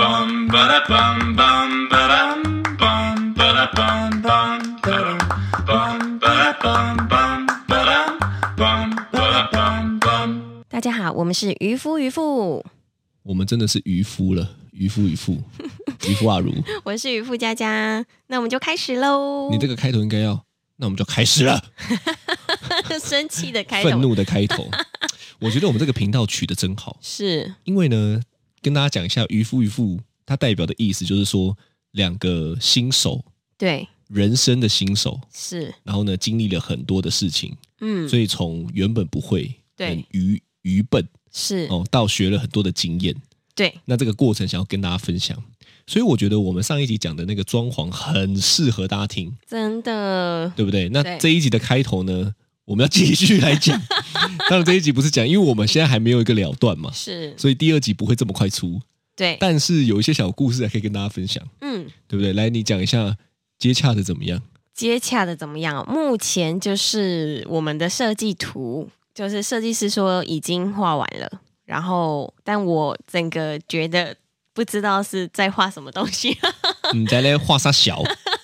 bum ba da bum bum ba dum bum ba da bum bum ba dum bum ba da bum bum ba dum bum ba da bum bum. 大家好，我们是渔夫渔妇，我们真的是渔夫了，渔夫渔 妇，渔夫阿啊如，我是渔夫佳佳，那我们就开始喽。你这个开头应该要，那我们就开始了， 生气的开头，愤怒的 开头。我觉得我们这个频道取得真好，是因为呢，跟大家讲一下，渔夫渔妇它代表的意思就是说，两个新手，对，人生的新手，是，然后呢，经历了很多的事情，嗯，所以从原本不会，对很愚愚笨是，哦，到学了很多的经验，对，那这个过程想要跟大家分享。所以我觉得我们上一集讲的那个装潢很适合大家听，真的，对不对？那对这一集的开头呢，我们要继续来讲。 当然这一集不是讲，因为我们现在还没有一个了断嘛，是，所以第二集不会这么快出。对，但是有一些小故事还可以跟大家分享，嗯，对不对？来，你讲一下接洽的怎么 样？接洽的怎么样？目前就是我们的设计图，就是设计师说已经画完了，然后但我整个觉得不知道是在画什么东西。你再来画沙小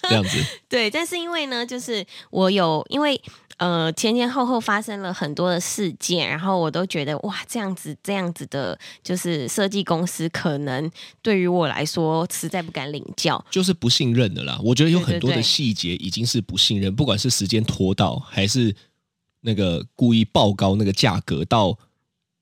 这 样子，对，但是因为呢，就是我有因为呃前前后后发生了很多的事件，然后我都觉得哇，这样子这样子的，就是设计公司可能对于我来说实在不敢领教。就是不信任的啦。我觉得有很多对对的对细节已经是不信任，不管是时间拖到，还是那个故意报高那个价格到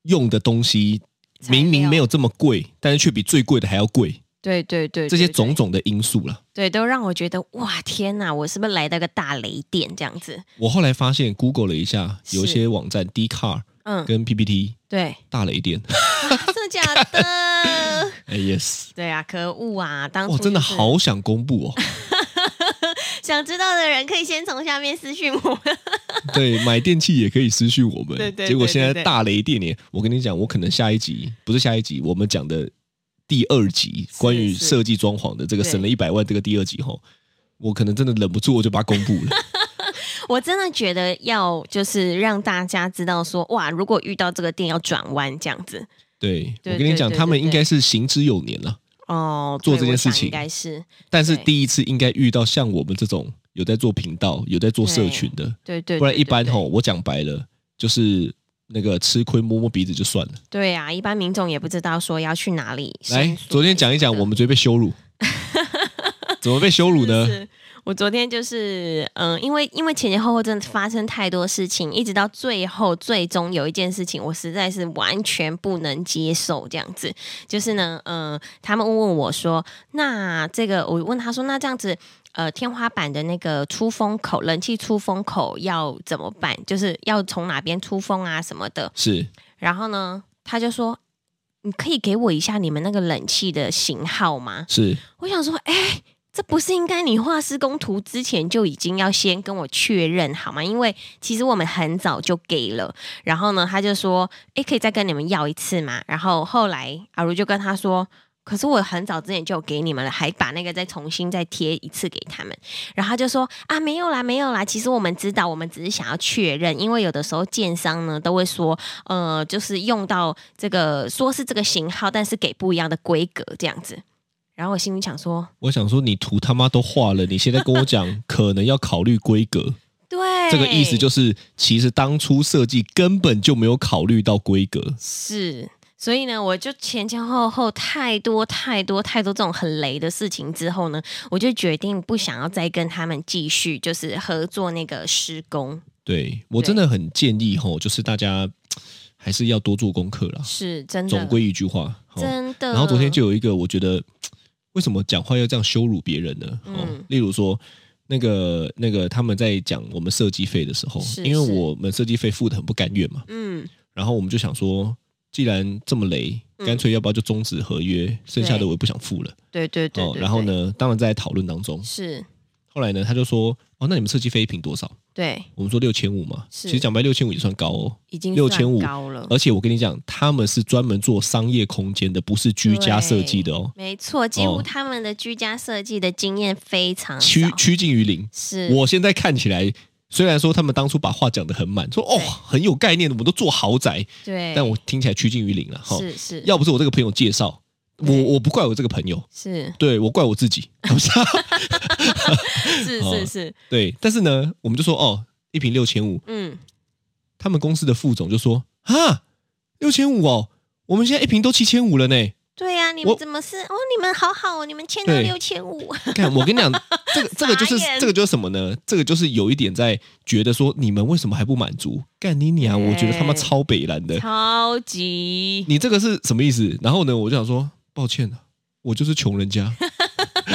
用的东西。材料明明没有这么贵，但是却比最贵的还要贵，对对对这些种种种的因素啦。对都让我觉得哇天哪，我是不是来到个大雷电这样子？我后来发现，Google 了一下，是有一些网站 d c a r 嗯，跟 PPT 对，大雷电。真的假的？哎，yes，对啊，可恶啊！当初哇，真的就是好想 公布哦。想知道的人可以先从下面私讯我。对，买电器也可以私讯我们。对对结果现对对在对大雷电耶！我跟你讲，我可能下一集不是下一集，我们讲的第二集是关于是设计装潢的这个对省了一百万这个第二集吼，我可能真的忍不住我就把它公布 了。我真的觉得要就是让大家知道说，哇，如果遇到这个店要转弯这样子对对我跟你讲，对对他们对应该是行之有年了，哦，做对这件我想事情应该是但是对第一次应该遇到像我们这种有在做频道、有在做社群的，对对，不然对一般对吼，我讲白了就是那个吃亏摸摸鼻子就算了。对啊，一般民众也不知道说要去哪里申诉还来是什么的。，昨天讲一讲，我们直接被羞 辱，怎么被羞辱呢？是我昨天就是嗯、呃因为因为前前后后真的发生太多事情，一直到最后最终有一件事情，我实在是完全不能接受这样子。就是呢，嗯、他们问我说，那这个我问他说，那这样子。呃，天花板的那个出风口，冷气出风口要怎么办？就是要从哪边出风啊什么的。是然后呢，他就说：“你可以给我一下你们那个冷气的型号吗是，？”我想说，哎、这不是应该你画施工图之前就已经要先跟我确认好吗？因为其实我们很早就给了。然后呢，他就说：“哎、可以再跟你们要一次吗？”然后后来阿如就跟他说。可是我很早之前就有给你们了，还把那个再重新再贴一次给他们，然后他就说啊没有啦没有啦，其实我们知道，我们只是想要确认，因为有的时候建商呢都会说呃，就是用到这个说是这个型号，但是给不一样的规格这样子。然后我心里想说，我想说，你图他妈都画了，你现在跟我讲可能要考虑规格，对，这个意思就是，其实当初设计根本就没有考虑到规格。是。所以呢，我就前前后后太多太多太多这种很雷的事情之后呢，我就决定不想要再跟他们继续就是合作那个施工。对我对真的很建议吼，就是大家还是要多做功课啦。是真的，总归一句话，嗯吼真的。然后昨天就有一个，我觉得为什么讲话要这样羞辱别人呢？哦，嗯例如说。那个那个，他们在讲我们设计费的时候，是因为是我们设计费付的很不甘愿嘛，嗯，然后我们就想说，既然这么雷，嗯干脆要不要就终止合约？剩下的我也不想付了。对对对哦，然后？呢，当然在讨论当中对，是，后来呢，他就说，哦，那你们设计费一瓶多少？对，我们说六千五嘛，是嗯其实讲白六千五也算高哦。已经6500算高了，而且我跟你讲，他们是专门做商业空间的，不是居家设计的哦，没错，几乎哦他们的居家设计的经验非常少。趋趋近于零。是，我现在看起来，虽然说他们当初把话讲得很满，说哦对很有概念的，我们都做豪宅，对，但我听起来趋近于零了哈。是是要不是我这个朋友介绍，我我不怪我这个朋友，是对我怪我自己， 不是啊、是哦是是，对，但是呢，我们就说哦，一瓶六千五，嗯，他们公司的副总就说啊，六千五哦，我们现在一瓶都七千五了呢。对呀、你们我怎么是哦？你们好好哦，你们签到对六千五，看，我跟你讲，这个这个就是傻眼这个就是什么呢？这个就是有一点在觉得说，你们为什么还不满足？干你娘！我觉得他妈对超北蓝的， 超级你这个是什么意思？然后呢，我就想说，抱歉啊，我就是穷人家，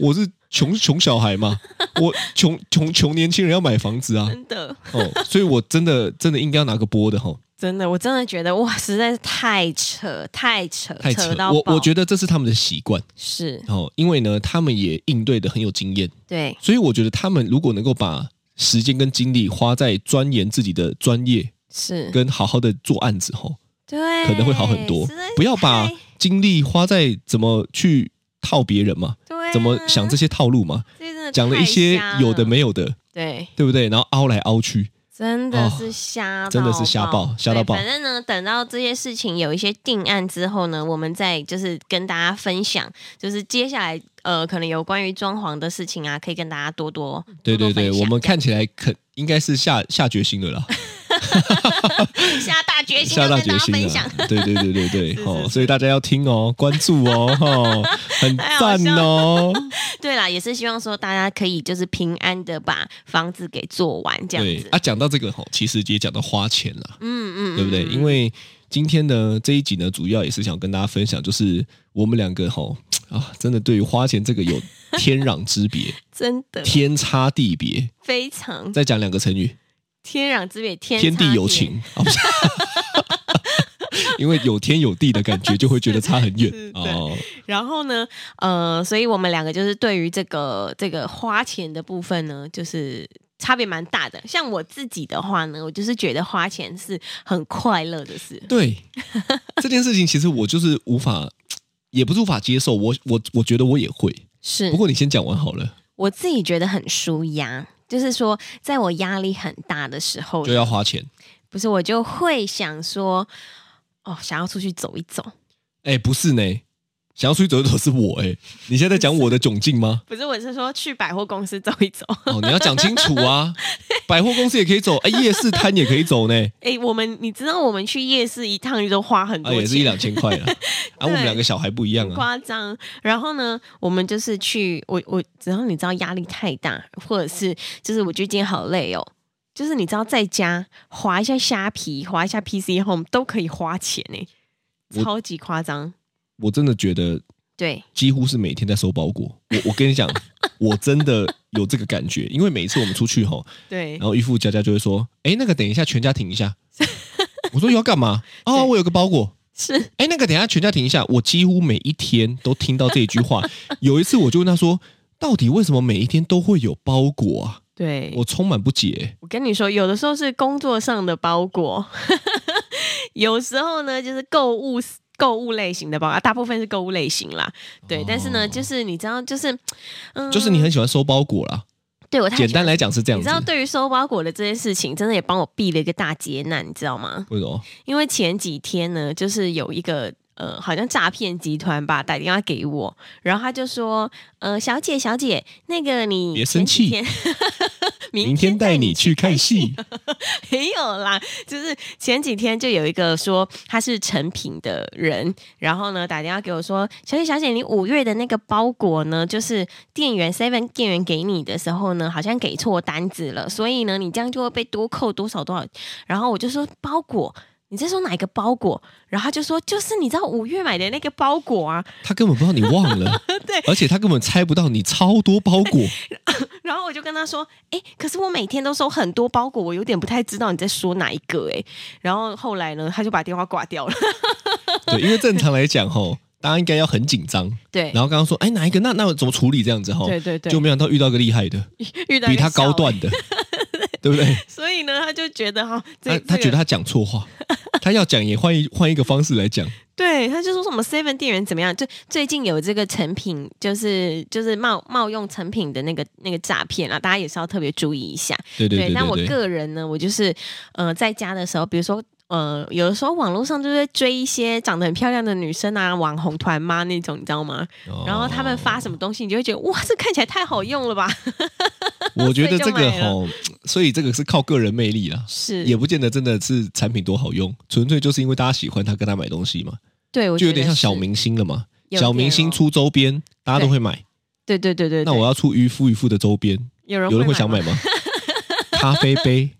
我是穷穷小孩嘛，我穷穷穷年轻人要买房子啊，真的哦，所以我真的真的应该要拿个波的哈、哦，真的，我真的觉得哇，实在是太扯太扯，太扯，到我爆我觉得这是他们的习惯是哦，因为呢，他们也应对的很有经验，对，所以我觉得他们如果能够把时间跟精力花在钻研自己的专业，是跟好好的做案子吼，对，可能会好很多哎实在是。不要把太精力花在怎么去套别人嘛，对啊、怎么想这些套路嘛，这真的讲呃了太一些瞎有的了没有的，对。对不对？然后凹来凹去，真的哦是瞎、真的是瞎爆瞎到对爆反正呢，等到这些事情有一些定案之后呢，我们再就是跟大家分享，就是接下来呃，可能有关于装潢的事情啊，可以跟大家多多对对多多分对，享我们看起来肯应该是下下决心了 啦，下大决心下要大啊跟决大家心分享。 了，对对对对 对，是哦，是所以大家要听哦，关注 哦，哦，很太哎好赞哦，对啦，也是希望说大家可以就是平安的把房子给做完这样对子。啊，讲到这个吼，其实也讲到花钱啦，嗯嗯，嗯对不对？嗯因为今天呢这一集呢，主要也是想跟大家分享，就是我们两个吼啊，真的对于花钱这个有天壤 之别，真的天差地别。非常再讲两个成语，天壤之别，天天差地有地别情啊，不是。因为有天有地的感觉，就会觉得差很远是是对哦。然后呢，呃，所以我们两个就是对于这个这个花钱的部分呢，就是差别蛮大的。像我自己的话呢，我就是觉得花钱是很快乐的事。对这件事情，其实我就是无法，也不是无法接受。我我我觉得我也会，是不过你先讲完好了，我自己觉得很舒压，就是说，在我压力很大的时候就，要花钱。不是我就会想说，哦，想要出去走一走。哎，不是呢，想要出去走一走是我哎，你现在在讲我的窘境吗？不是，我是说去百货公司走一走。哦，你要讲清楚啊！百货公司也可以走，哎，夜市摊也可以走呢，哎，我们你知道，我们去夜市一趟都花很多啊，钱，也是一两千块啊。啊，我们两个小孩不一样很啊，夸张。然后呢，我们就是去我我，只要你知道压力太大，或者是就是我觉得今天好累哦，就是你知道在家划一下虾皮，划一下 PC Home 都可以花钱呢、我超级夸张。我真的觉得对，几乎是每天在收包裹。我我跟 你讲，我真的有这个感觉，因为每一次我们出去吼，对然，后孕妇佳佳就会说：“哎，那个等一下，全家停 一下。”我说：“有要干嘛？”哦，对我有个包裹。是哎，那个等一下，全家停一下。我几乎每一天都听到这一句话。 有一次我就问他说：“到底为什么每一天都会有包裹啊？”对。我我充满不解。我跟你说，有的时候是工作上的包裹， 有时候呢就是购物购物类型的包裹，啊大部分是购物类型啦。对，但是呢，哦就是你知道，就是嗯，就是你很喜欢收包裹啦。对我太简喜欢单来讲是这样你子知。道，对于收包裹的这件事情，真的也帮我避了一个大劫难，你知道吗？为什么？因为前几天呢，就是有一个呃，好像诈骗集团吧，打电话给我，然后他就说，呃，小姐，小姐，那个你别生气前几天， 明天带你去看戏。没有啦， 就是前几天就有一个说他是成品的人，然后呢打电话给我说，小姐小姐，你五月的那个包裹呢，就是店员 Seven 店员给你的时候呢，好像给错单子了，所以呢你这样就会被多扣多少多少。然后我就说包裹。你在说哪一个包裹？然后他就说，就是你知道五月买的那个包裹啊。他根本不知道你忘了， 对而且他根本猜不到你超多包裹，然后我就跟他说：“哎、可是我每天都收很多包裹，我有点不太知道你在说哪一个。”哎，然后后来呢，他就把电话挂掉了。 对，因为正常来讲吼，大家应该要很紧张，对，然后刚刚说，哎，哪一个？那那怎么处理这样子吼？对对对，哦就没想到遇到个厉害的，遇到一比个他高小 段的，对不对？的，所以呢，他就觉得哈，这他他这个觉得他讲 错话，他要讲也换一换一个方式来讲，对，他就说什么 Seven 店员怎么样？就最近有这个成品，就是就是冒冒用成品的那个那个诈骗啊，大家也是要特别注意一下。对对对但我对对，个人呢，我就是呃在家的时候，比如说。呃，有的时候网络上就会追一些长得很漂亮的女生啊，网红团妈那种，你知道吗？哦然后他们发什么东西，你就会觉得哇，这看起来太好用了吧？哦，我觉得这所以个就买了哈，所以这个是靠个人魅力啦，是，也不见得真的是产品多好用，纯粹就是因为大家喜欢他，跟他买东西嘛，对，我就有觉得点像是小，明星了嘛。有小点明星哦出周边，大家都会买。对对对对对。那我要出渔夫渔夫的周边，有人有人会想买买吗，吗？ 咖啡 杯、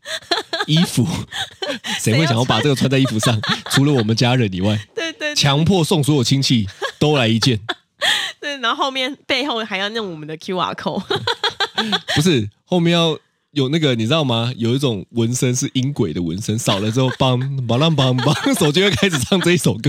衣服，谁会想要把这个穿在衣服 上？除了我们家人以外，对对对强迫送所有亲戚都来一件，对，然后后面背后还要弄我们的 QR code，不是后面要。有那个你知道吗？有一种纹身是音轨的纹身，扫了之后，梆梆啷梆梆，手机会开始唱这一首 歌，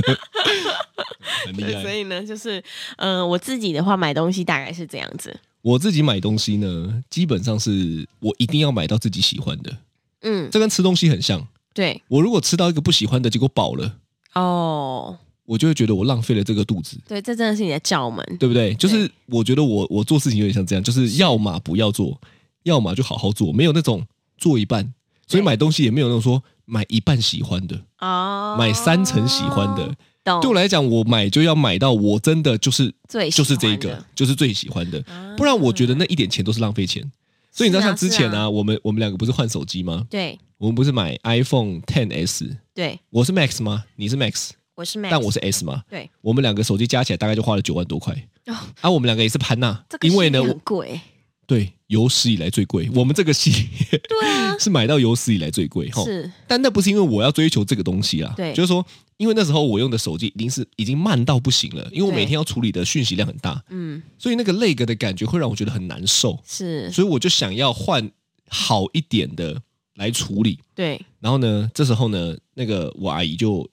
很厉对所害。以呢，就是嗯、呃我自己的话买东西大概是这样子，我自己买东西呢，基本上是我一定要买到自己喜欢的，嗯，这跟吃东西很像。对，我如果吃到一个不喜欢的，结果饱了，哦，我就会觉得我浪费了这个肚子，对，这真的是你的罩门，对不对？就是对我觉得我我做事情有点像这样，就是要么不要做，要么就好好做，没有那种做一半。所对以买东西也没有那种说买一半喜欢的，哦，买三成喜欢的。懂，对我来讲，我买就要买到我真的就是最喜就欢是的这个，，就是最喜欢的。啊不然我觉得那一点钱都是浪费钱。所以你知道，是啊像之前是啊，我们我们两个不是换手机吗？对我们不是买 iPhone Ten S，对，我是 Max 吗？你是 Max，我是 Max，但我是 S 嘛。对，我们两个手机加起来大概就花了九万多块。哦啊，我们两个也是潘娜这，个因为呢，系列我很 贵，对有史以来最贵，我们这个 系列对啊，是买到有史以来最贵哈。吼是但那不是因为我要追求这个东西啦，对就是说，因为那时候我用的手机已经是已经慢到不行了，因为我对每天要处理的讯息量很大，嗯所以那个累个的感觉会让我觉得很难受，是，所以我就想要换好一点的来处理。对，然后呢，这时候呢，那个我阿姨就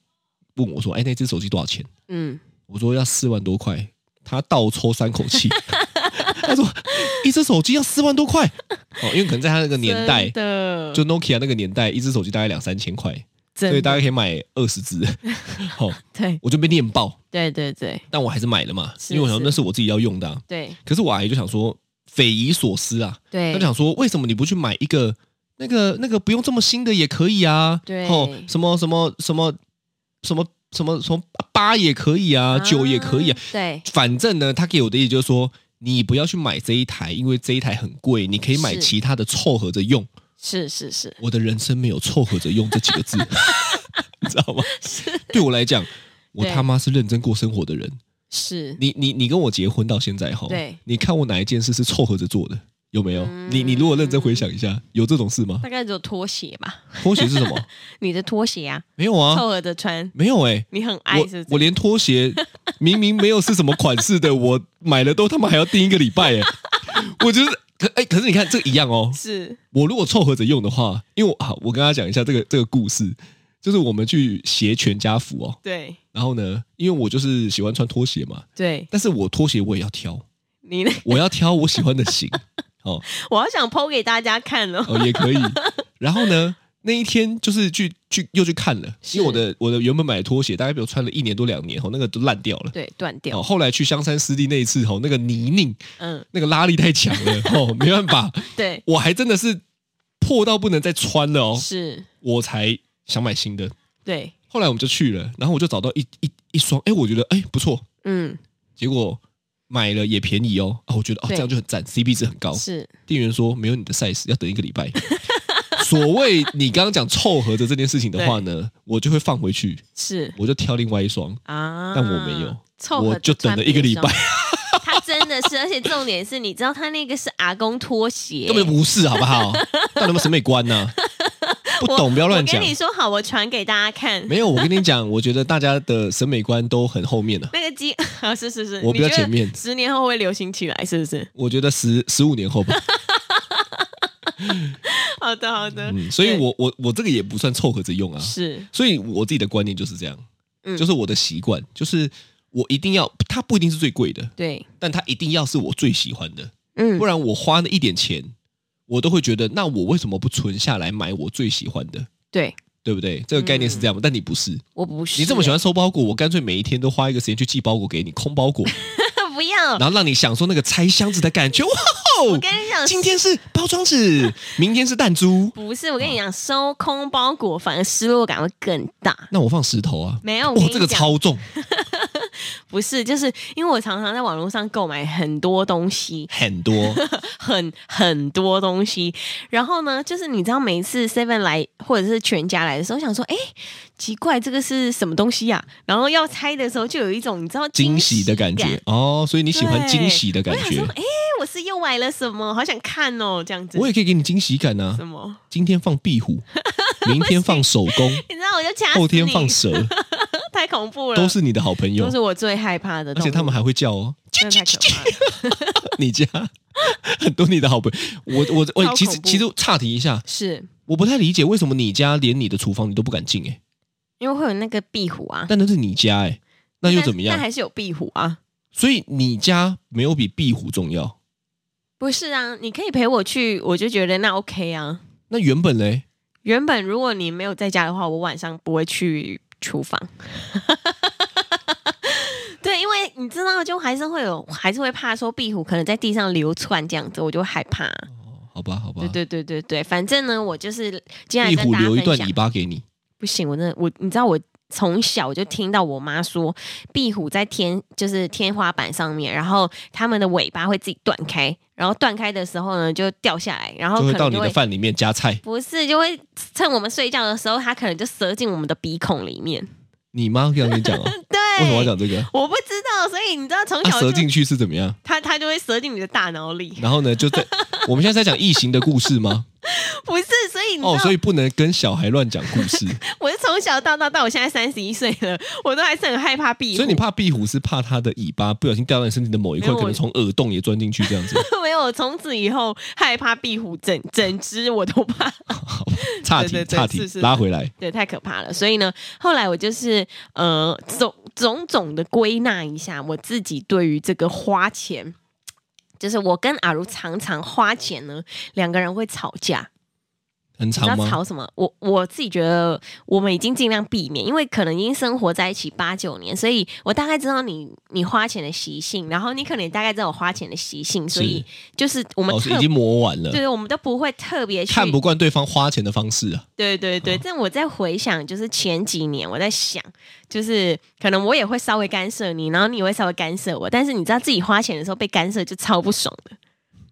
问我说：“哎，那只手机多少钱？”嗯，我说要四万多块，他倒抽三口气， 他说一只手机要四万多块，哦，因为可能在他那个年代真，的就 Nokia 那个年代，一只手机大概两三千块，真所以大的概可以买二十只， 好、对我就被念爆，对对对但我还是买了嘛，是因为我想是说那是我自己要用的、啊，对可是我阿姨就想说匪夷所思啊，对，他就想说，为什么你不去买一个那个那个不用这么新的也可以啊？对哦，什么什么什么什么什么什么八也可以啊，九也可以啊。，对反正呢，他给我的意见就是说，你不要去买这一台，因为这一台很贵，你可以买是其他的凑合着用。是是是，我的人生没有凑合着用这几 个字，你知道吗？对我来讲，我对他妈是认真过生活的人。是，你你你跟我结婚到现在后，对你看我哪一件事是凑合着做的？有没有？嗯你你如果认真回想一下，有这种事吗 大？概只有拖鞋吧，拖鞋是什么？你的拖鞋啊，没有凑啊，合着穿，没有哎、你很爱我是不我是？连拖 鞋明明没有是什么款式的，我买了都他妈还要订一个礼拜哎、 我觉得可哎、可是你看这一样哦，是我如果凑合着用的话，因为我啊，我跟大家讲一下这个这个故事，就是我们去携全家福哦，对然后呢，因为我就是喜欢穿拖鞋嘛，对，但是我拖鞋我也要挑，你那 我要挑我喜欢的型哦。我好想剖给大家看哦，哦，也可以。然后呢，那一天就是去去又去看了，因为我的我的原本买的拖鞋大概被我穿了一年多两年，哦，那个都烂掉了。对，断掉哦，，后来去香山湿地那一次，哦，那个泥泞，嗯，那个拉力太强了，哦，没办法，对，我还真的是破到不能再穿了哦，是，我才想买新的。对，后来我们就去了，然后我就找到一一一双，哎，我觉得哎不错，嗯，结果买了也便宜哦，啊，我觉得哦对这样就很赞，CP 值很高。是店员说没有你的 size，要等一个礼拜。 所谓你刚刚讲凑合着这件事情的话呢，我就会放回去，是我就挑另外一双，啊，但我没有，凑合我着就等穿了一别个礼双拜，，他真的是，而且重点是，你知道他那个是阿公拖鞋，根本就不是，好不好？ 到底有没有审美观呢、不我懂不要乱我讲跟。你说好，我传给大家看。没有，我跟你讲，我觉得大家的审美观都很后面呢、那个 鸡啊，是是是，你我比较觉得前面十年后会流行起来，是不是？我觉得十十五年 后吧，好的，好的，嗯，所以对我我我这个也不算凑合着用啊。是所以我自己的观念就是这样，嗯就是我的习惯，就是我一定要，它不一定是最贵的，对，但它一定要是我最喜欢的，嗯不，然我花那一点钱，我都会觉得，那我为什么不存下来买我最喜欢的？对对不对？这个概念是这样吗？嗯但你不是，我不是你这么喜欢，欢收包裹，我干脆每一天都花一个时间去寄包裹给你，空包裹， 不要然后让你享受那个拆箱子的感觉。哇，我跟你讲，今天是包 装纸，明天是弹珠，不是我跟你啊讲，收空包裹反而失落感会更大。那我放石头啊。没有，我哇跟，这你个讲，超重，不是，就是因为我常常在网络上购买很多东西，很多。很很多东西。然后呢，就是你知道，每一次 Seven 来或者是全家来的时候，我想说，哎，奇怪，这个是什么东西呀、然后要拆的时候，就有一种你知道惊喜的感觉。哦，所以你喜欢对惊喜的感我想觉说，，哎，我是又买了什么？好想看哦，这样子。我也可以给你惊喜感啊什。么？今天放 壁虎，明天放手工，你知道，我就掐死后天你放蛇， 太恐怖了，都是你的好朋友都，是我最害怕的而动物，且他们还会叫哦，真的太可怕了。你家 很多你的好朋友。我我超我，恐其实怖其实岔题一下，是我不太理解为什么你家连你的厨房你都不敢进哎，因为会有那个壁虎啊，但那是你家哎， 那又但怎么但样？还是有壁虎啊。所以你家没有比壁虎重要。不是啊，你可以陪我去，我就觉得那 OK 啊。那原本嘞，原本如果你没有在家的话，我晚上不会去厨房。 对，因为你知道，就还是会有，还是会怕说壁虎可能在地上流窜这样子，我就害怕。哦好吧好吧对，对对对对，反正呢，我就是接下来壁跟虎大家留一分段享尾。巴给你。不行，我真的我你知道我从小我就听到我妈说，壁虎在天就是天花板上面，然后它们的尾巴会自己断开，然后断开的时候呢就掉下来，然后就可会到能你就的会。饭里面加菜。不是，就会趁我们睡觉的时候，它可能就折进我们的鼻孔里面。你妈这样跟你讲哦，为什么要 对，讲这个？我不知道，所以你知道从它小折就进去是怎么样？它它就会折进你的大脑里，然后呢，就 在我们现在在讲异形的故事吗？不是？所以你知道，哦，所以不能跟小孩乱讲故 事。我是从小到大到我现在三十一岁了，我都还是很害怕壁虎。所以你怕壁虎是怕它的尾巴不小心掉到你身体的某一没块，有我可能从耳洞也钻进去这样子。 没有，从此以后害怕壁虎整整只我都怕， 好吧，岔对题对对岔题是是，拉回来。对，太可怕了。所以呢，后来我就是呃，总种种的归纳一下我自己对于这个花钱，就是我跟阿如常常花钱呢，两个人会吵架。很你知长道吗？吵什么？我我自己觉得我们已经尽量避免，因为可能已经生活在一起八九年，所以我大概知道你你花钱的习性，然后你可能也大概知道我花钱的习性，所以就是我们老师特哦已经磨完了，对，我们都不会特别去看不惯对方花钱的方式啊。对对对，但我在回想，就是前几年我在想，就是可能我也会稍微干涉你，然后你也会稍微干涉我，但是你知道自己花钱的时候被干涉就超不爽的。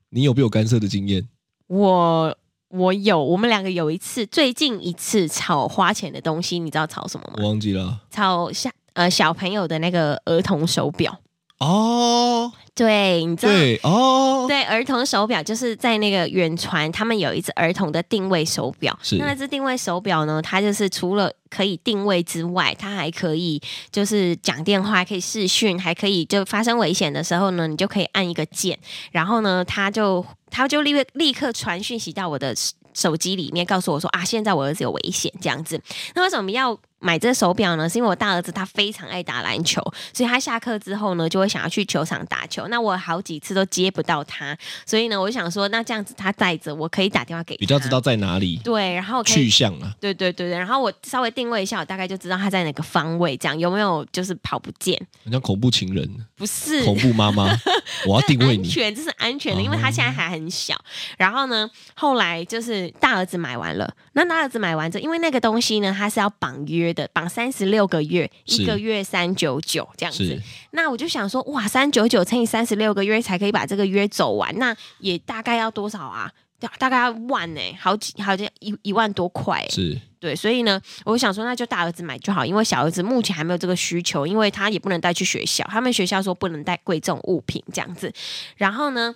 你有被我干涉的经验？我我有，我们两个有一次，最近一次吵花钱的东西，你知道吵什么我吗？忘记了。啊吵小呃小朋友的那个儿童手表。哦，对，你知道。对，哦，对，儿童手表就是在那个远传，他们有一只儿童的定位手表。是那那只定位手表呢，它就是除了可以定位之外，它还可以就是讲电话，可以视讯，还可以就发生危险的时候呢，你就可以按一个键，然后呢，它就它就立刻立刻传讯息到我的手手机里面，告诉我说啊，现在我儿子有危险这样子。那为什么要买这手表呢？是因为我大儿子他非常爱打篮球，所以他下课之后呢，就会想要去球场打球。那我好几次都接不到他，所以呢，我就想说，那这样子他带着，我可以打电话给他，比较知道在哪里对，然后我可以去向啊。对对对对，然后我稍微定位一下，我大概就知道他在哪个方位，这样有没有就是跑不见？很像恐怖情人、不是，恐怖妈妈， 我要定位安你。全，这是安全的，因为他哦现在还很小。然后呢，后来就是大儿子买完了，那大儿子买完之后，因为那个东西呢，它是要绑约的，绑三十六个月，是一个月三九九这样子是。那我就想说，哇，三九九乘以三十六个月才可以把这个约走完，那也大概要多少啊？大大概要万呢、欸好几好像一一万多块、欸，是，对，所以呢，我想说那就大儿子买就好，因为小儿子目前还没有这个需求，因为他也不能带去学校，他们学校说不能带贵重物品这样子。然后呢，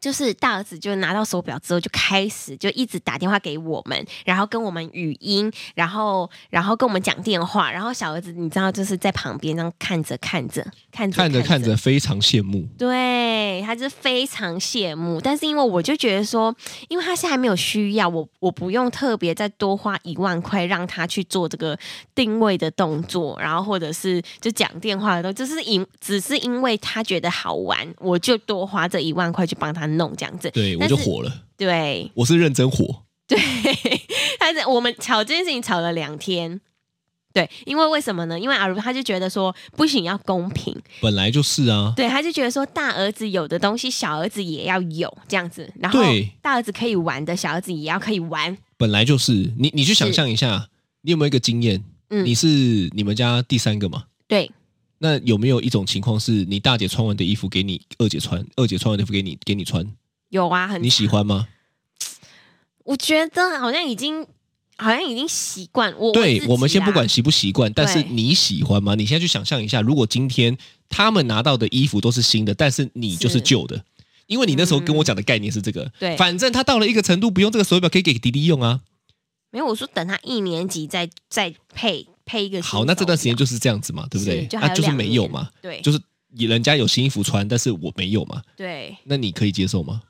就是大儿子就拿到手表之后，就开始就一直打电话给我们，然后跟我们语音，然后然后跟我们讲电话，然后小儿子你知道就是在旁边这样看着看着看着看着看着非常羡慕，对，他就是非常羡慕，但是因为我就觉得说，因为他现在还没有需要，我我不用特别再多花一万块让他去做这个定位的动作，然后或者是就讲电话的动作，就是因只是因为他觉得好玩，我就多花这一万块去帮他弄这样子。对我但就是火了，对， 我是认真火，他在我们吵这件事情吵了两天，对，因为为什么呢？因为阿如他就觉得说不行，要公平，本来就是啊，对，他就觉得说大儿子有的东西，小儿子也要有这样子，然后对大儿子可以玩的，小儿子也要可以玩，本来就是。你你去想象一下，你有没有一个经验？嗯你是你们家第三个嘛？对，那有没有一种情况是你大姐穿完的衣服给你二姐穿，二姐穿完的衣服给你给你穿？有啊，很你喜欢吗？我觉得好像已经好像已经习惯我。对自，己我们先不啦管习不习惯，但是对你喜欢吗？你现在去想象一下，如果今天他们拿到的衣服都是新的，但是你就是是旧的，因为你那时候跟我讲的概念是这个。嗯对反正他到了一个程度，不用这个手表可以给迪迪用啊。没有，我说等他一年级再再配配一个新手表。好，那这段时间就是这样子嘛，对不对是？就还那有就是两没有年嘛，对就是人家有新衣服穿，但是我没有嘛， 对。那你可以接受吗？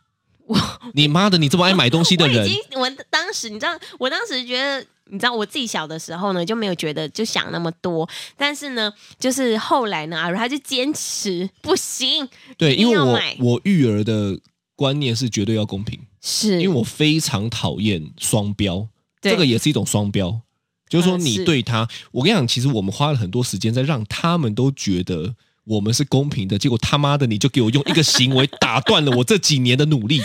你妈的，你这么爱买东西的我已人，经，我当时你知道，我当时觉得，你知道我自己小的时候呢，就没有觉得就想那么多。但是呢，就是后来呢，阿如他就坚持不行，对，一定因为要我买我育儿的观念是绝对要公平，是因为我非常讨厌双标，嗯对这个也是一种双标，就是说嗯你是对他，我跟你讲，其实我们花了很多时间在让他们都觉得。我们是公平的，结果他妈的你就给我用一个行为打断了我这几年的 努力，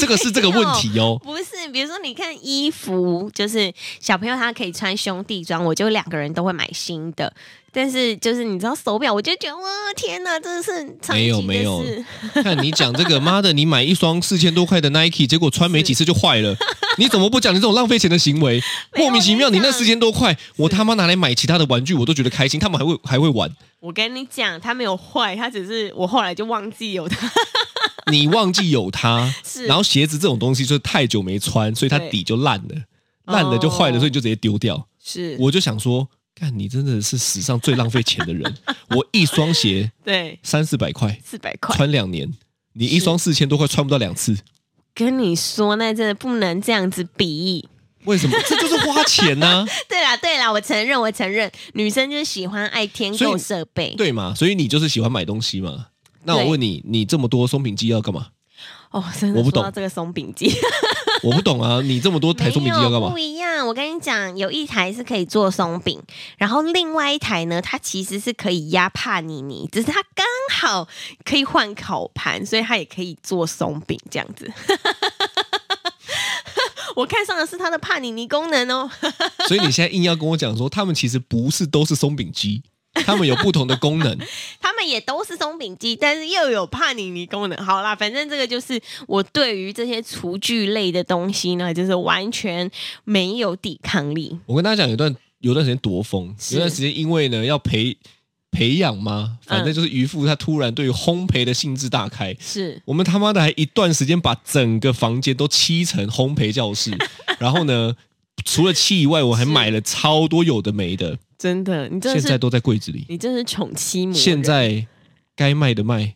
这个是这个问题哦。不是，比如说你看衣服，就是小朋友他可以穿兄弟装，我就两个人都会买新的。但是就是你知道手表，我就觉得哇天哪，这是长没期有的没有事。 看你讲这个，妈的，你买一双四千多块的 Nike，结果穿没几次就坏了，你怎么不讲你这种浪费钱的行为？没有莫名其妙，我跟你你那讲四千多块，我他妈拿来买其他的玩具，我都觉得开心，他们还会还会玩。我跟你讲，他没有坏，他只是我后来就忘记有 他。你忘记有它是，然后鞋子这种东西就是太久没穿，所以它对底就烂了，烂了就坏了，哦所以你就直接丢掉。是我就想说，干你真的是史上最浪费钱 的人。我一双鞋对三四百块，四百块。穿两年，你一双四千多块穿不到两次，跟你说，那真的不能这样子比。为什么？这就是花钱啊呐、 对啦，对啦，我承认，我承认，女生就是喜欢爱添所以购设备。对嘛？所以你就是喜欢买东西嘛。那我对问你，你这么多松饼机要干嘛？哦，真的我不说懂到这个松饼机，我不 懂啊，你这么多台松饼机要干没有嘛不？一样，我跟你讲，有一台是可以做松饼，然后另外一台呢，它其实是可以压帕尼尼，只是它刚好可以换烤盘，所以它也可以做松饼这样子。 我看上的是它的帕尼尼功能哦，所以你现在硬要跟我讲说，他们其实不是都是松饼 机，他们有不同的功能。他们也都是松饼机，但是又有帕尼尼功能。好啦，反正这个就是我对于这些厨具类的东西呢，就是完全没有抵抗力。我跟大家讲，有段有段时间多疯，是有段时间因为呢要培培养嘛，反正就是渔夫他突然对于烘焙的兴致大开。是我们他妈的还一段时间把整个房间都漆成烘焙 教室，然后呢，除了漆以外，我还买了超多有的没的，真的，你真现的在是都在柜子里。你真是宠妻魔人。现在该卖 的卖，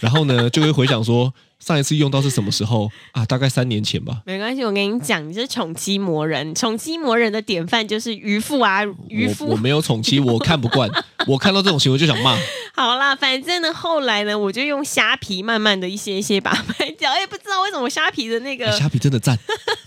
然后呢就会回想说上一次用到是什么时候啊？大概三年前吧。没关系，我跟你讲，你是宠妻魔人。宠妻魔人的典范就是渔夫啊，渔我夫。我没有宠妻，我看不惯，我看到这种行为就想骂。 好啦，反正呢，后来呢，我就用虾皮慢慢的一些一些把它卖掉。哎，不知道为什么虾皮的那个，哎虾皮真的赞，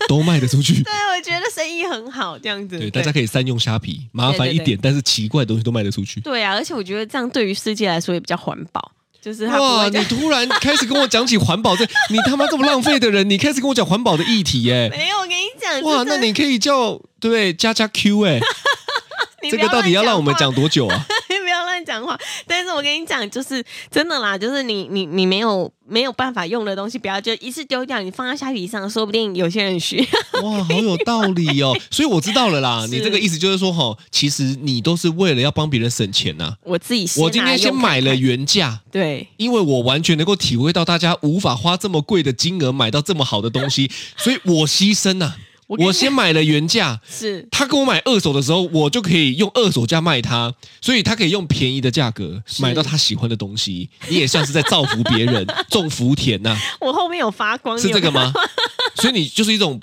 都卖得出 去。对啊我觉得生意很好，这样子。对，大家可以善用虾皮，麻烦一对对点，但是奇怪的东西都卖得出去。对啊，而且我觉得这样对于世界来说也比较环保，就是它不哇！会这你样。突然开始跟我讲起环保，这 你他妈这么浪费的人，你开始跟我讲环保的议题 耶、没有，我跟你讲，哇，这那真的你可以叫对不对加加 Q 哎、 你这不个到底要乱让我们话讲多久啊？不要乱讲话。但是我跟你讲，就是真的啦，就是你你你没有没有办法用的东西，不要就一次丢掉，你放到虾皮上，说不定有些人需要。 哇，好有道理哦！所以我知道了啦，是你这个意思就是说，哈，其实你都是为了要帮别人省钱呐、我自己先我今拿来天先用看买了看，原价，对，因为我完全能够体会到大家无法花这么贵的金额买到这么好的东 西，所以我牺牲呐、我跟你我先买了原价。是他跟我买二手的时候，我就可以用二手价卖他，所以他可以用便宜的价格买到他喜欢的东西。你也像是在造福别 人，种福田呐、我后面有发光，是你有这看个 吗？所以你就是一种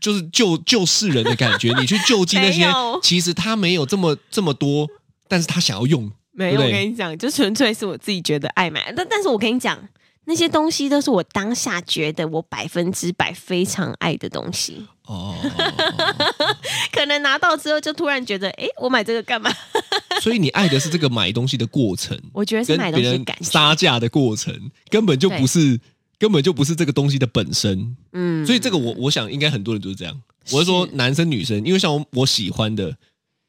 就是救救世人的感觉，你去救济那些没有其实他没有这么这么多，但是他想要用。没有，对不我对跟你讲，就纯粹是我自己觉得爱买，但但是我跟你讲，那些东西都是我当下觉得我百分之百非常爱的东西。哦，哦可能拿到之后就突然觉得，哎，我买这个干嘛？哦所以你爱的是这个买东西的过程，我觉得 是跟买东别西的人感觉，杀价的过程，根本就不是，根本就不是这个东西的本身。嗯，所以这个我我想应该很多人都是这样。我是说是男生女生，因为像我我喜欢的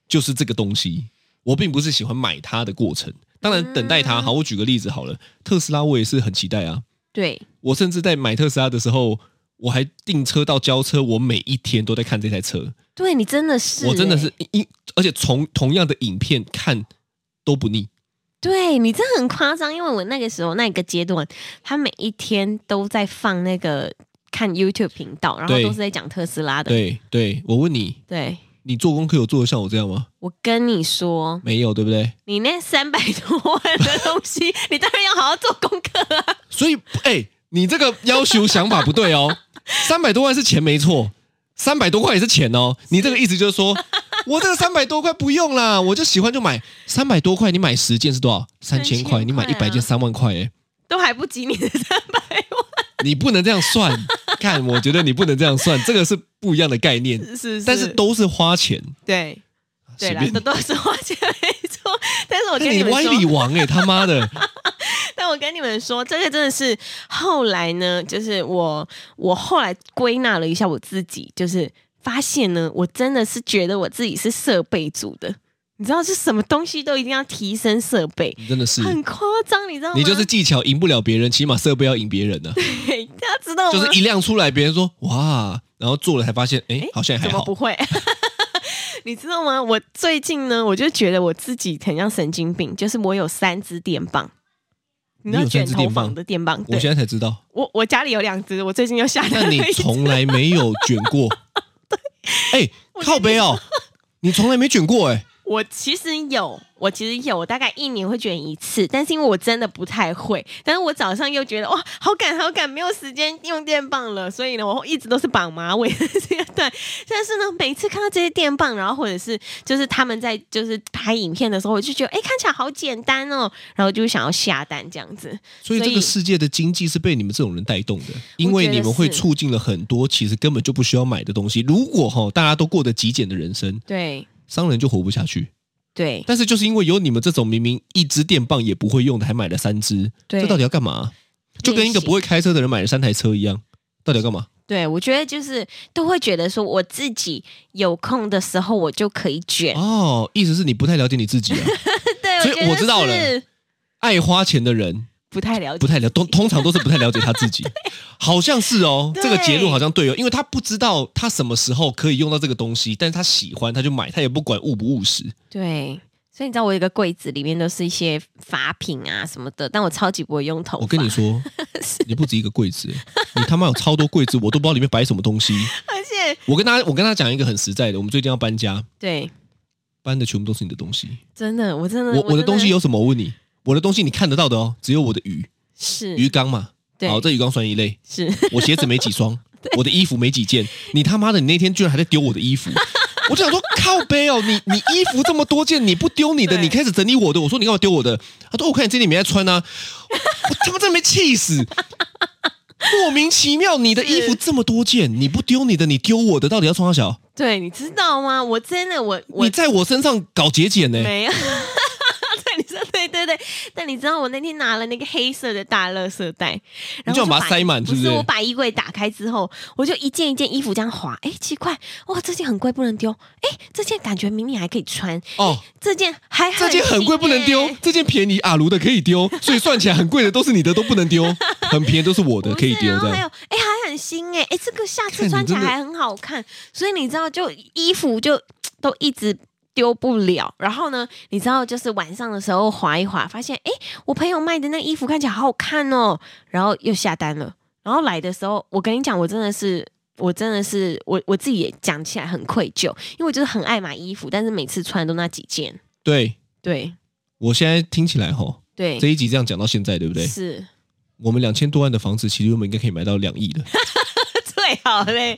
就是这个东西，我并不是喜欢买它的过程。当然等待嗯它，好，我举个例子好了，特斯拉我也是很期待啊。对，我甚至在买特斯拉的时候，我还订车到交车，我每一天都在看这台车，对你真的是欸，我真的是一，而且从同样的影片看都不腻。对你这很夸张，因为我那个时候那个阶段，他每一天都在放那个看 YouTube 频道，然后对都是在讲特斯拉的。对对，我问你，对你做功课有做的像我这样吗？我跟你说，没有，对不对？你那三百多万的东西，你当然要好好做功课啊。所以，哎、你这个要求想法不对 哦。三百多万是钱没错，三百多块也是钱哦。你这个意思就是说，我这个三百多块不用啦，我就喜欢就买三百多块，你买十件是多少？三千3000块块，啊你买一百件三万块，哎，都还不及你的三百万，你不能这样算。看，我觉得你不能这样算，这个是不一样的概念，是是但是都是花钱。对对啦随，这便都是花钱没错。但是我跟你们歪说，理王哎、他妈的！ 但我跟你们说，这个真的是后来呢，就是我我后来归纳了一下我自己，就是发现呢，我真的是觉得我自己是设备组的，你知道是什么东西都一定要提升设备， 你真的是，很啊夸张，你知道吗？你就是技巧赢不了别人，起码设备要赢别人呢、啊嘿大家知道吗？就是一亮出来，别人说哇，然后做了才发现，哎、诶好像还怎么好。不会？ 你知道吗？我最近呢，我就觉得我自己很像神经病，就是我有三支电棒，你知道你有卷三支头电棒发的电棒，我现对，在才知道，我我家里有两 支，我最近又下单那了你一支从来没有卷 过。哎、靠背哦，你从来没卷过哎、我其实有，我其实有，我大概一年会卷一次，但是因为我真的不太会，但是我早上又觉得哇，好赶好赶，没有时间用电棒了，所以呢，我一直都是绑马 尾的阶段。但是呢，每次看到这些电棒，然后或者是就是他们在就是拍影片的时候，我就觉得哎、看起来好简单哦，然后就想要下单这样子。所以这所以个世界的经济是被你们这种人带动的，因为你们会促进了很多其实根本就不需要买的东西。如果哈、大家都过得极简的人生，对商人就活不下去。对但是就是因为有你们这种明明一支电棒也不会用的，还买了三支，对这到底要干嘛？就跟一个不会开车的人买了三台车一样，到底要干嘛？对，我觉得就是都会觉得说，我自己有空的时候我就可以卷。哦，意思是你不太了解你自 己啊。对，所以觉得我知道了是爱花钱的人不太了解，不太了，通通常都是不太了解他 自己，好像是哦，对这个结论好像对哦，因为他不知道他什么时候可以用到这个东西，但是他喜欢他就买，他也不管务不务实。对，所以你知道我有一个柜子，里面都是一些法品啊什么的，但我超级不会用头发。我跟你，说，你不止一个柜子，你他妈有超多柜子，我都不知道里面摆什么东西。 而且我跟大家，我跟大家讲一个很实在的，我们最近要搬家，对，搬的全部都是你的东西。真的，嗯我真的，我我的真东西有什么？我问你，我的东西你看得到的哦，只有我的鱼是鱼缸嘛。嗯对好，这鱼缸算一类。是， 我鞋子没几双，我的衣服没几件，你他妈的，你那天居然还在丢我的衣服。我就想说，靠背哦，你你衣服这么多件，你不丢你的，对你开始整理我的。我说你干嘛丢我的？他说我看你这里没在穿啊，我我他妈真没气死，莫名其妙，你的衣服这么多件，你不丢你的，你丢我的，到底要穿多小？对，你知道吗？我真的，我我你在我身上搞节俭呢、没有。 对，你说对对对，但你知道我那天拿了那个黑色的大垃圾袋，然后你就我把它塞满不是不是我把衣柜打开之后，我就一件一件衣服这样划，哎，奇怪，哇，这件很贵不能丢，哎，这件感觉明年还可以穿，哦，这件还这件很新贵欸不能丢耶，这件便宜啊阿卢的可以丢，所以算起来很贵的都是你的都不能丢，很便宜都是我的不可以是丢然后这还有样。，哎、还很新哎、哎、这个下看次你穿起来真的还很好看，所以你知道，就衣服就都一直。丢不了，然后呢？你知道，就是晚上的时候划一划，发现哎，我朋友卖的那衣服看起来好好看哦，然后又下单了。然后来的时候，我跟你讲，我真的是，我真的是，我我自己也讲起来很愧疚，因为我就是很爱买衣服，但是每次穿的都那几件。对，对我现在听起来吼，对这，一集这样讲到现在，对不对？是 我们两千多万的房子，其实我们应该可以买到两亿的， 最好嘞，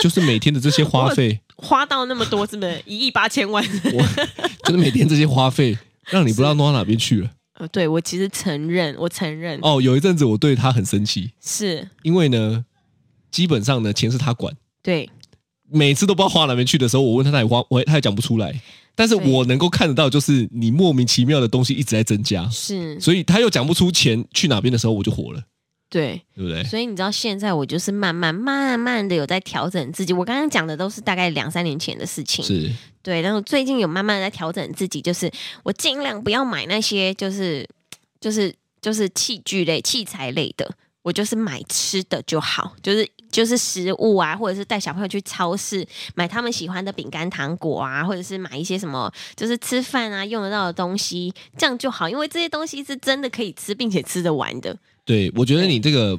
就是每天的这些花费，花到那么多，是不是一亿八千万？我就是每天这些花费，让你不知道弄到哪边去了。呃，对我其实承认，我承认、哦，有一阵子我对他很生气，是因为呢，基本上呢，钱是他管，对每次都不知道花哪边去的时候，我问他哪里花，我也他也讲不出来。但是对我能够看得到，就是你莫名其妙的东西一直在增加，是，所以他又讲不出钱去哪边的时候，我就火了，对，对不对？所以你知道现在我就是慢慢慢慢的有在调整自己。我刚刚讲的都是大概两三年前的事情，是对。但是最近有慢慢的在调整自己，就是我尽量不要买那些就是就是就是器具类、器材类的，我就是买吃的就好，就是。就是食物啊，或者是带小朋友去超市买他们喜欢的饼干、糖果啊，或者是买一些什么，就是吃饭啊用得到的东西，这样就好。因为这些东西是真的可以吃，并且吃得完的。对，我觉得你这个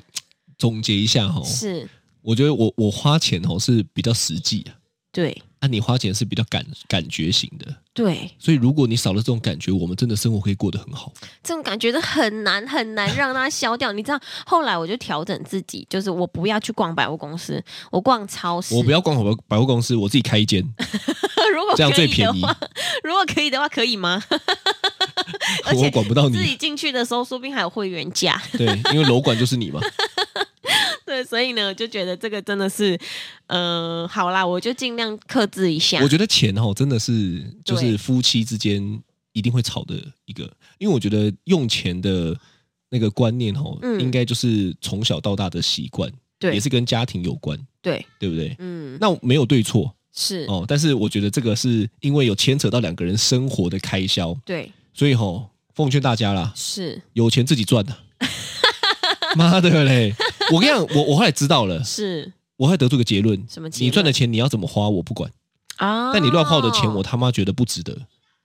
总结一下哈、是，我觉得我我花钱哦是比较实际啊，对，啊你花钱是比较感感觉型的，对。所以如果你少了这种感觉，我们真的生活可以过得很好。这种感觉真的很难很难让它消掉。你知道，后来我就调整自己，就是我不要去逛百货公司，我逛超市。我不要逛百货百货公司，我自己开一间， 如果这哦样可最以的便宜。 话，如果可以的话，可以吗？而且我管不到自己你，进去的时候，说不定还有会员价。 对，因为楼管就是你嘛。对，所以呢，我就觉得这个真的是，嗯、好啦，我就尽量克制一下我。觉得钱哦，真的是就是对夫妻之间一定会吵的一个，因为我觉得用钱的那个观念哦，嗯应该就是从小到大的习惯，对也是跟家庭有关，对，对不对？嗯，那没有对错是，哦，但是我觉得这个是因为有牵扯到两个人生活的开销，对，所以吼、奉劝大家啦，是，有钱自己赚呐、 妈的嘞！我跟你讲，我我后来知道了，是我后来得出个结论：什么结论你赚的钱你要怎么花我不管，啊。但你乱花我的钱，我他妈觉得不值得。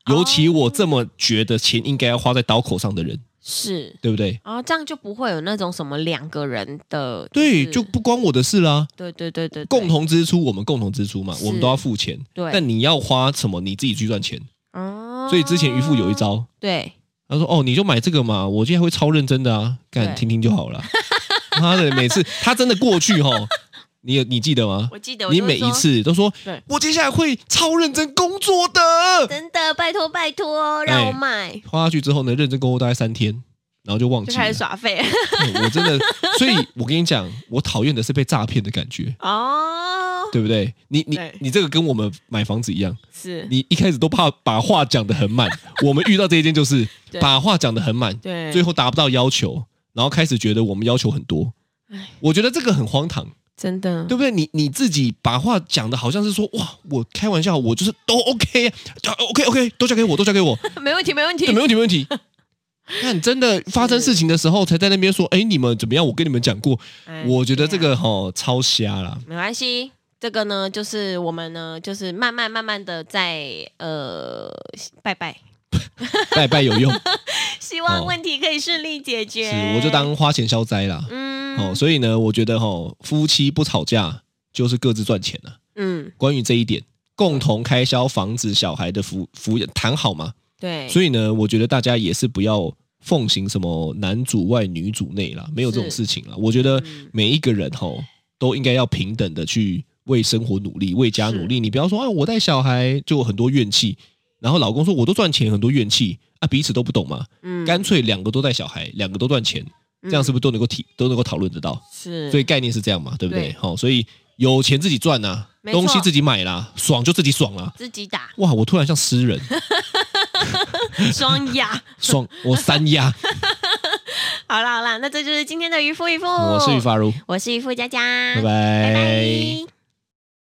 尤其我这么觉得钱应该要花在刀口上的人，是。对不对？啊，这样就不会有那种什么两个人的，对，是就不关我的事啦。对对对对，对共同支出，我们共同支出嘛，是我们都要付钱。对但你要花什么，你自己去赚钱。哦所以之前渔夫有一，招，对，他说：“哦，你就买这个嘛，我今天会超认真的啊，干对听听就好了。” 妈的，每次他真的过去吼，你有你记得吗？我记得我你就会每说一次都说对，我接下来会超认真工作的。真的拜托拜托哎让我买，花下去之后呢，认真工作大概三天，然后就忘就记开了 始。耍废 对我真的，所以我跟你讲，我讨厌的是被诈骗的感觉，哦，对不对？你你对你这个跟我们买房子一样，是，你一开始都怕把话讲得很满，我们遇到这一件就是对把话讲得很满，对，最后达不到要求，然后开始觉得我们要求很多唉。我觉得这个很荒唐，真的对不对？你你自己把话讲的好像是说，哇，我开玩笑，我就是都 OK，OK、OK OK，都交给我，都交 给我， 没问题没问题对，，没问题，没问题。看，真的发生事情的时候，才在那边说，哎，你们怎么样？我跟你们讲过，哎我觉得对这啊个哈、哦、超瞎啦。没关系。这个呢，就是我们呢，就是慢慢慢慢的在呃拜拜，拜拜有 用，希望哦问题可以顺利解决。是我就当花钱消灾啦。嗯哦，所以呢，我觉得哈、哦，夫妻不吵架就是各自赚钱啊。嗯关于这一点，共同开销房子、小孩的抚抚养谈好嘛。对，所以呢，我觉得大家也是不要奉行什么男主外女主内啦，没有这种是事情啦。我觉得嗯每一个人吼都应该要平等的去为生活努力，为家努力。你不要说啊，我带小孩就有很多怨气，然后老公说我都赚钱，很多怨气啊，彼此都不懂嘛。以干脆两个都带小孩，两个都赚钱，这样是不是都能够体都能够讨论得到？是所以概念是这样嘛，对不对对？好、所以有钱自己赚呐、没错东西自己买啦，爽就自己爽啦。自己打哇，我突然像诗人，双压。 爽我三压，好啦好啦，那这就是今天的渔夫渔夫，我是玉，发如，我是渔夫佳佳，拜拜拜拜